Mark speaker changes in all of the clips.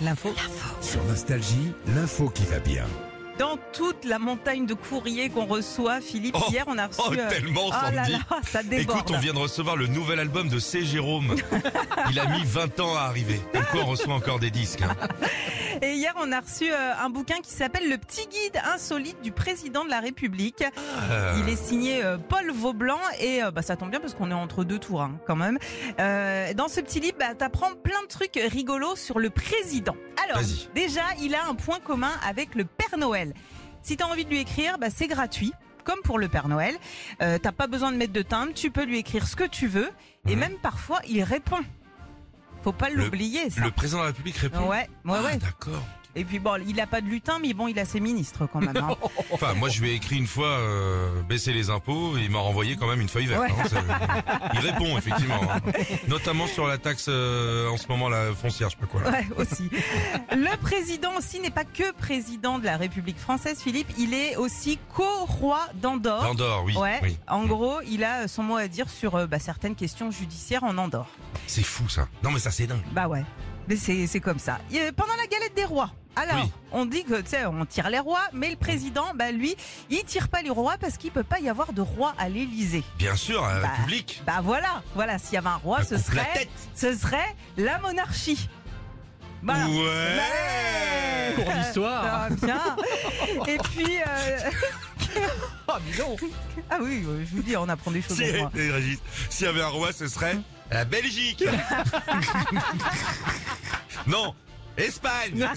Speaker 1: L'info.
Speaker 2: Sur Nostalgie, l'info qui va bien.
Speaker 1: Dans toute la montagne de courriers qu'on reçoit, Philippe,
Speaker 3: Oh,
Speaker 1: hier on a reçu.
Speaker 3: oh,
Speaker 1: euh,
Speaker 3: tellement,
Speaker 1: oh là
Speaker 3: Sandy.
Speaker 1: là, ça déborde.
Speaker 3: Écoute, on vient de recevoir le nouvel album de C. Jérôme. Il a mis 20 ans à arriver. Comme quoi, on reçoit encore des disques. hein.
Speaker 1: Et hier on a reçu euh, un bouquin qui s'appelle Le petit guide insolite du président de la République.
Speaker 3: Euh,
Speaker 1: Ah, Il est signé euh, Paul Vaublanc et euh, bah, ça tombe bien parce qu'on est entre deux tours hein, quand même. Euh, dans ce petit livre, bah, t'apprends plein de trucs rigolos sur le président. Alors,
Speaker 3: Vas-y.
Speaker 1: déjà, il a un point commun avec le Père Noël. Si t'as envie de lui écrire, bah, c'est gratuit, comme pour le Père Noël. Euh, t'as pas besoin de mettre de timbre, tu peux lui écrire ce que tu veux et
Speaker 3: Mhm.
Speaker 1: même parfois il répond. Faut pas
Speaker 3: Le-
Speaker 1: l'oublier ça.
Speaker 3: Euh, Le président de la République répond.
Speaker 1: Ouais, ouais,
Speaker 3: Ah,
Speaker 1: ouais.
Speaker 3: D'accord.
Speaker 1: Et puis bon, il a pas de lutin, mais bon, il a ses ministres quand même. hein.
Speaker 3: Enfin, moi, je lui ai écrit une fois euh, baisser les impôts et il m'a renvoyé quand même une feuille verte.
Speaker 1: Ouais.
Speaker 3: hein, ça- il répond, effectivement. hein. Notamment sur la taxe euh, en ce moment, la foncière, je sais pas quoi. là.
Speaker 1: Ouais, aussi. Le président aussi n'est pas que président de la République française, Philippe. Il est aussi co-roi d'Andorre.
Speaker 3: Andorre, oui.
Speaker 1: Oh. Ouais.
Speaker 3: oui. Mm.
Speaker 1: En gros, il a son mot à dire sur euh, bah, certaines questions judiciaires en Andorre.
Speaker 3: C'est fou, ça. Non, mais ça, c'est dingue.
Speaker 1: Bah ouais. Mais c'est c'est comme ça. Et, euh, pendant la galette des rois. Alors,
Speaker 3: Oui.
Speaker 1: on dit que, tu sais, on tire les rois, mais le président, bah lui, il tire pas les rois parce qu'il peut pas y avoir de roi à l'Élysée.
Speaker 3: Bien sûr, à la
Speaker 1: Bah,
Speaker 3: République.
Speaker 1: Bah voilà, voilà, s'il y avait un roi,
Speaker 3: ça
Speaker 1: ce
Speaker 3: coupe La
Speaker 1: serait,
Speaker 3: tête.
Speaker 1: ce serait la monarchie. Voilà.
Speaker 3: Ouais.
Speaker 1: Bah. Ouais.
Speaker 4: Cours d'histoire.
Speaker 1: Ah, bien. Et puis. euh,
Speaker 4: Ah, dis donc.
Speaker 1: Ah oui, euh, je vous dis, on apprend des choses.
Speaker 3: Si,
Speaker 1: au moins.
Speaker 3: eh, Régis, s'il y avait un roi, ce serait la Belgique. non, Espagne.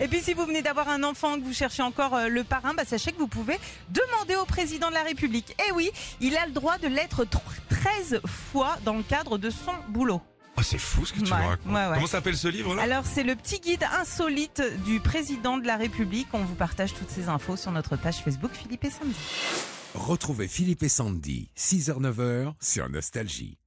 Speaker 1: Et puis, si vous venez d'avoir un enfant, que vous cherchez encore euh, le parrain, bah, sachez que vous pouvez demander au président de la République. Et oui, il a le droit de l'être tr- 13 fois dans le cadre de son boulot.
Speaker 3: Oh, c'est fou ce que tu
Speaker 1: Ouais,
Speaker 3: me racontes.
Speaker 1: ouais, ouais.
Speaker 3: Comment s'appelle ce livre là
Speaker 1: Alors, c'est le petit guide insolite du président de la République. On vous partage toutes ces infos sur notre page Facebook Philippe et Samedi.
Speaker 2: Retrouvez Philippe et Sandy, 6h-9h sur Nostalgie.